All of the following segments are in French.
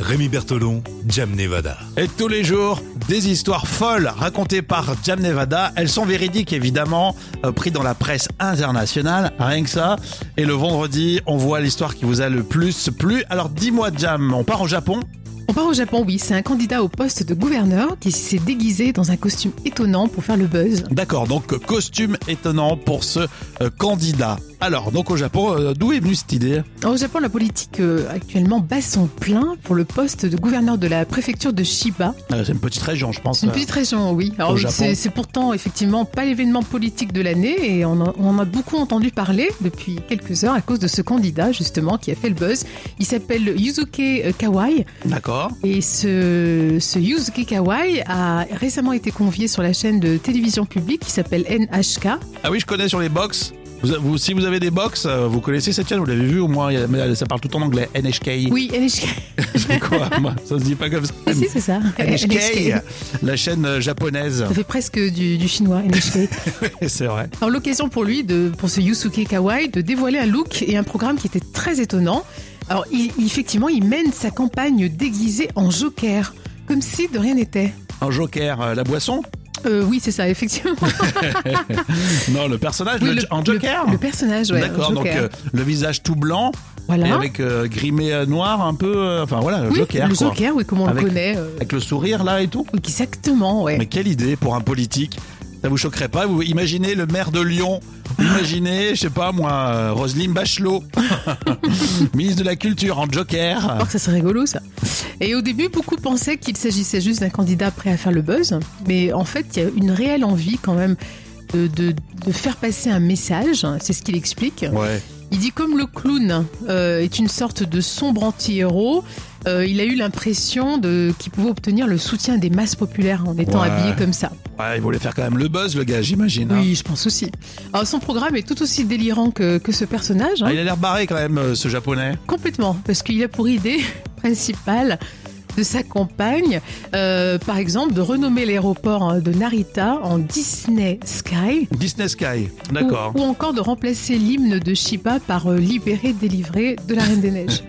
Rémi Bertolon, Jam Nevada. Et tous les jours, des histoires folles racontées par Jam Nevada. Elles sont véridiques évidemment, euh, pris dans la presse internationale, rien que ça. Et le vendredi, on voit l'histoire qui vous a le plus plu. Alors dis-moi Jam, on part au Japon On part au Japon, oui. C'est un candidat au poste de gouverneur qui s'est déguisé dans un costume étonnant pour faire le buzz. D'accord, donc euh, costume étonnant pour ce euh, candidat. Alors, donc au Japon, euh, d'où est venue cette idée Au Japon, la politique euh, actuellement bat son plein pour le poste de gouverneur de la préfecture de Chiba. Euh, C'est une petite région, je pense. Une petite région, oui. Au Alors, Japon. c'est c'est pourtant effectivement pas l'événement politique de l'année et on en, on en a beaucoup entendu parler depuis quelques heures à cause de ce candidat justement qui a fait le buzz. Il s'appelle Yuzuke euh, Kawai D'accord. et ce, ce Yuzuke Kawai a récemment été convié sur la chaîne de télévision publique qui s'appelle NHK. Ah oui, je connais sur les box. Vous, vous- si vous avez des box, euh, vous connaissez cette chaîne, vous l'avez vu au moins, il y a- mais euh, ça parle tout en anglais. NHK. Oui, NHK. C'est quoi moi, Ça se dit pas comme ça. Si, c'est ça. NHK, la chaîne euh, japonaise. Ça fait presque du, du chinois, NHK. C'est vrai. Alors l'occasion pour lui, de, pour ce Yusuke Kawai, de dévoiler un look et un programme qui était très étonnant. Alors il- il- effectivement, il mène sa campagne déguisée en joker, comme si de rien n'était. Un joker, euh, la boisson Euh, oui, c'est ça, effectivement. Non, le personnage, Oui, le, le- en joker Le personnage, ouais. D'accord, un donc joker. euh, le visage tout blanc et voilà. avec euh, grimé euh, noir un peu. euh, enfin voilà, le oui, joker. le quoi. joker, oui, comme on Avec- le connaît. euh, Avec le sourire là et tout. oui, Exactement, ouais. Mais quelle idée pour un politique ça vous choquerait pas Vous imaginez le maire de Lyon, imaginez, je sais pas moi, euh, Roselyne Bachelot, ministre de la Culture en Je crois joker. que ça serait rigolo ça. Et au début, beaucoup pensaient qu'il s'agissait juste d'un candidat prêt à faire le buzz, mais en fait, il y a une réelle envie quand même de, de- de faire passer un message, c'est ce qu'il explique. Ouais. Il dit comme le clown euh, est une sorte de sombre anti-héros, euh, il a eu l'impression de qu'il pouvait obtenir le soutien des masses populaires en étant Ouais. habillé comme ça. Ouais, il voulait faire quand même le buzz, le gars, j'imagine. hein. Oui, je pense aussi. Alors son programme est tout aussi délirant que, que ce personnage. hein. Ah, il a l'air barré quand même, euh, ce japonais. Complètement, parce qu'il a pour idée principale de sa campagne, euh, par exemple, de renommer l'aéroport hein, de Narita en Disney Sky. Disney Sky, ou- d'accord. Ou, encore de remplacer l'hymne de Shiba par euh, Libéré, délivré de la Reine des Neiges.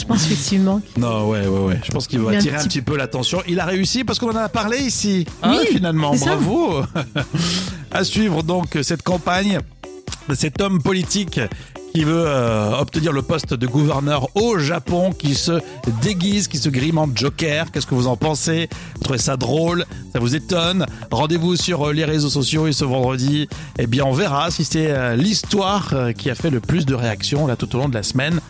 Je pense effectivement. que- Non, ouais, ouais, ouais. Je pense qu'il va Il y a un attirer un petit... petit- peu l'attention. Il a réussi parce qu'on en a parlé ici. hein, Oui, finalement, c'est ça. bravo. à suivre donc cette campagne, cet homme politique qui veut euh, obtenir le poste de gouverneur au Japon, qui se déguise, qui se grime en Joker. Qu'est-ce que vous en pensez Vous trouvez ça drôle Ça vous étonne Rendez-vous sur euh, les réseaux sociaux et ce vendredi, eh bien, on verra si c'est euh, l'histoire euh, qui a fait le plus de réactions là tout au long de la semaine.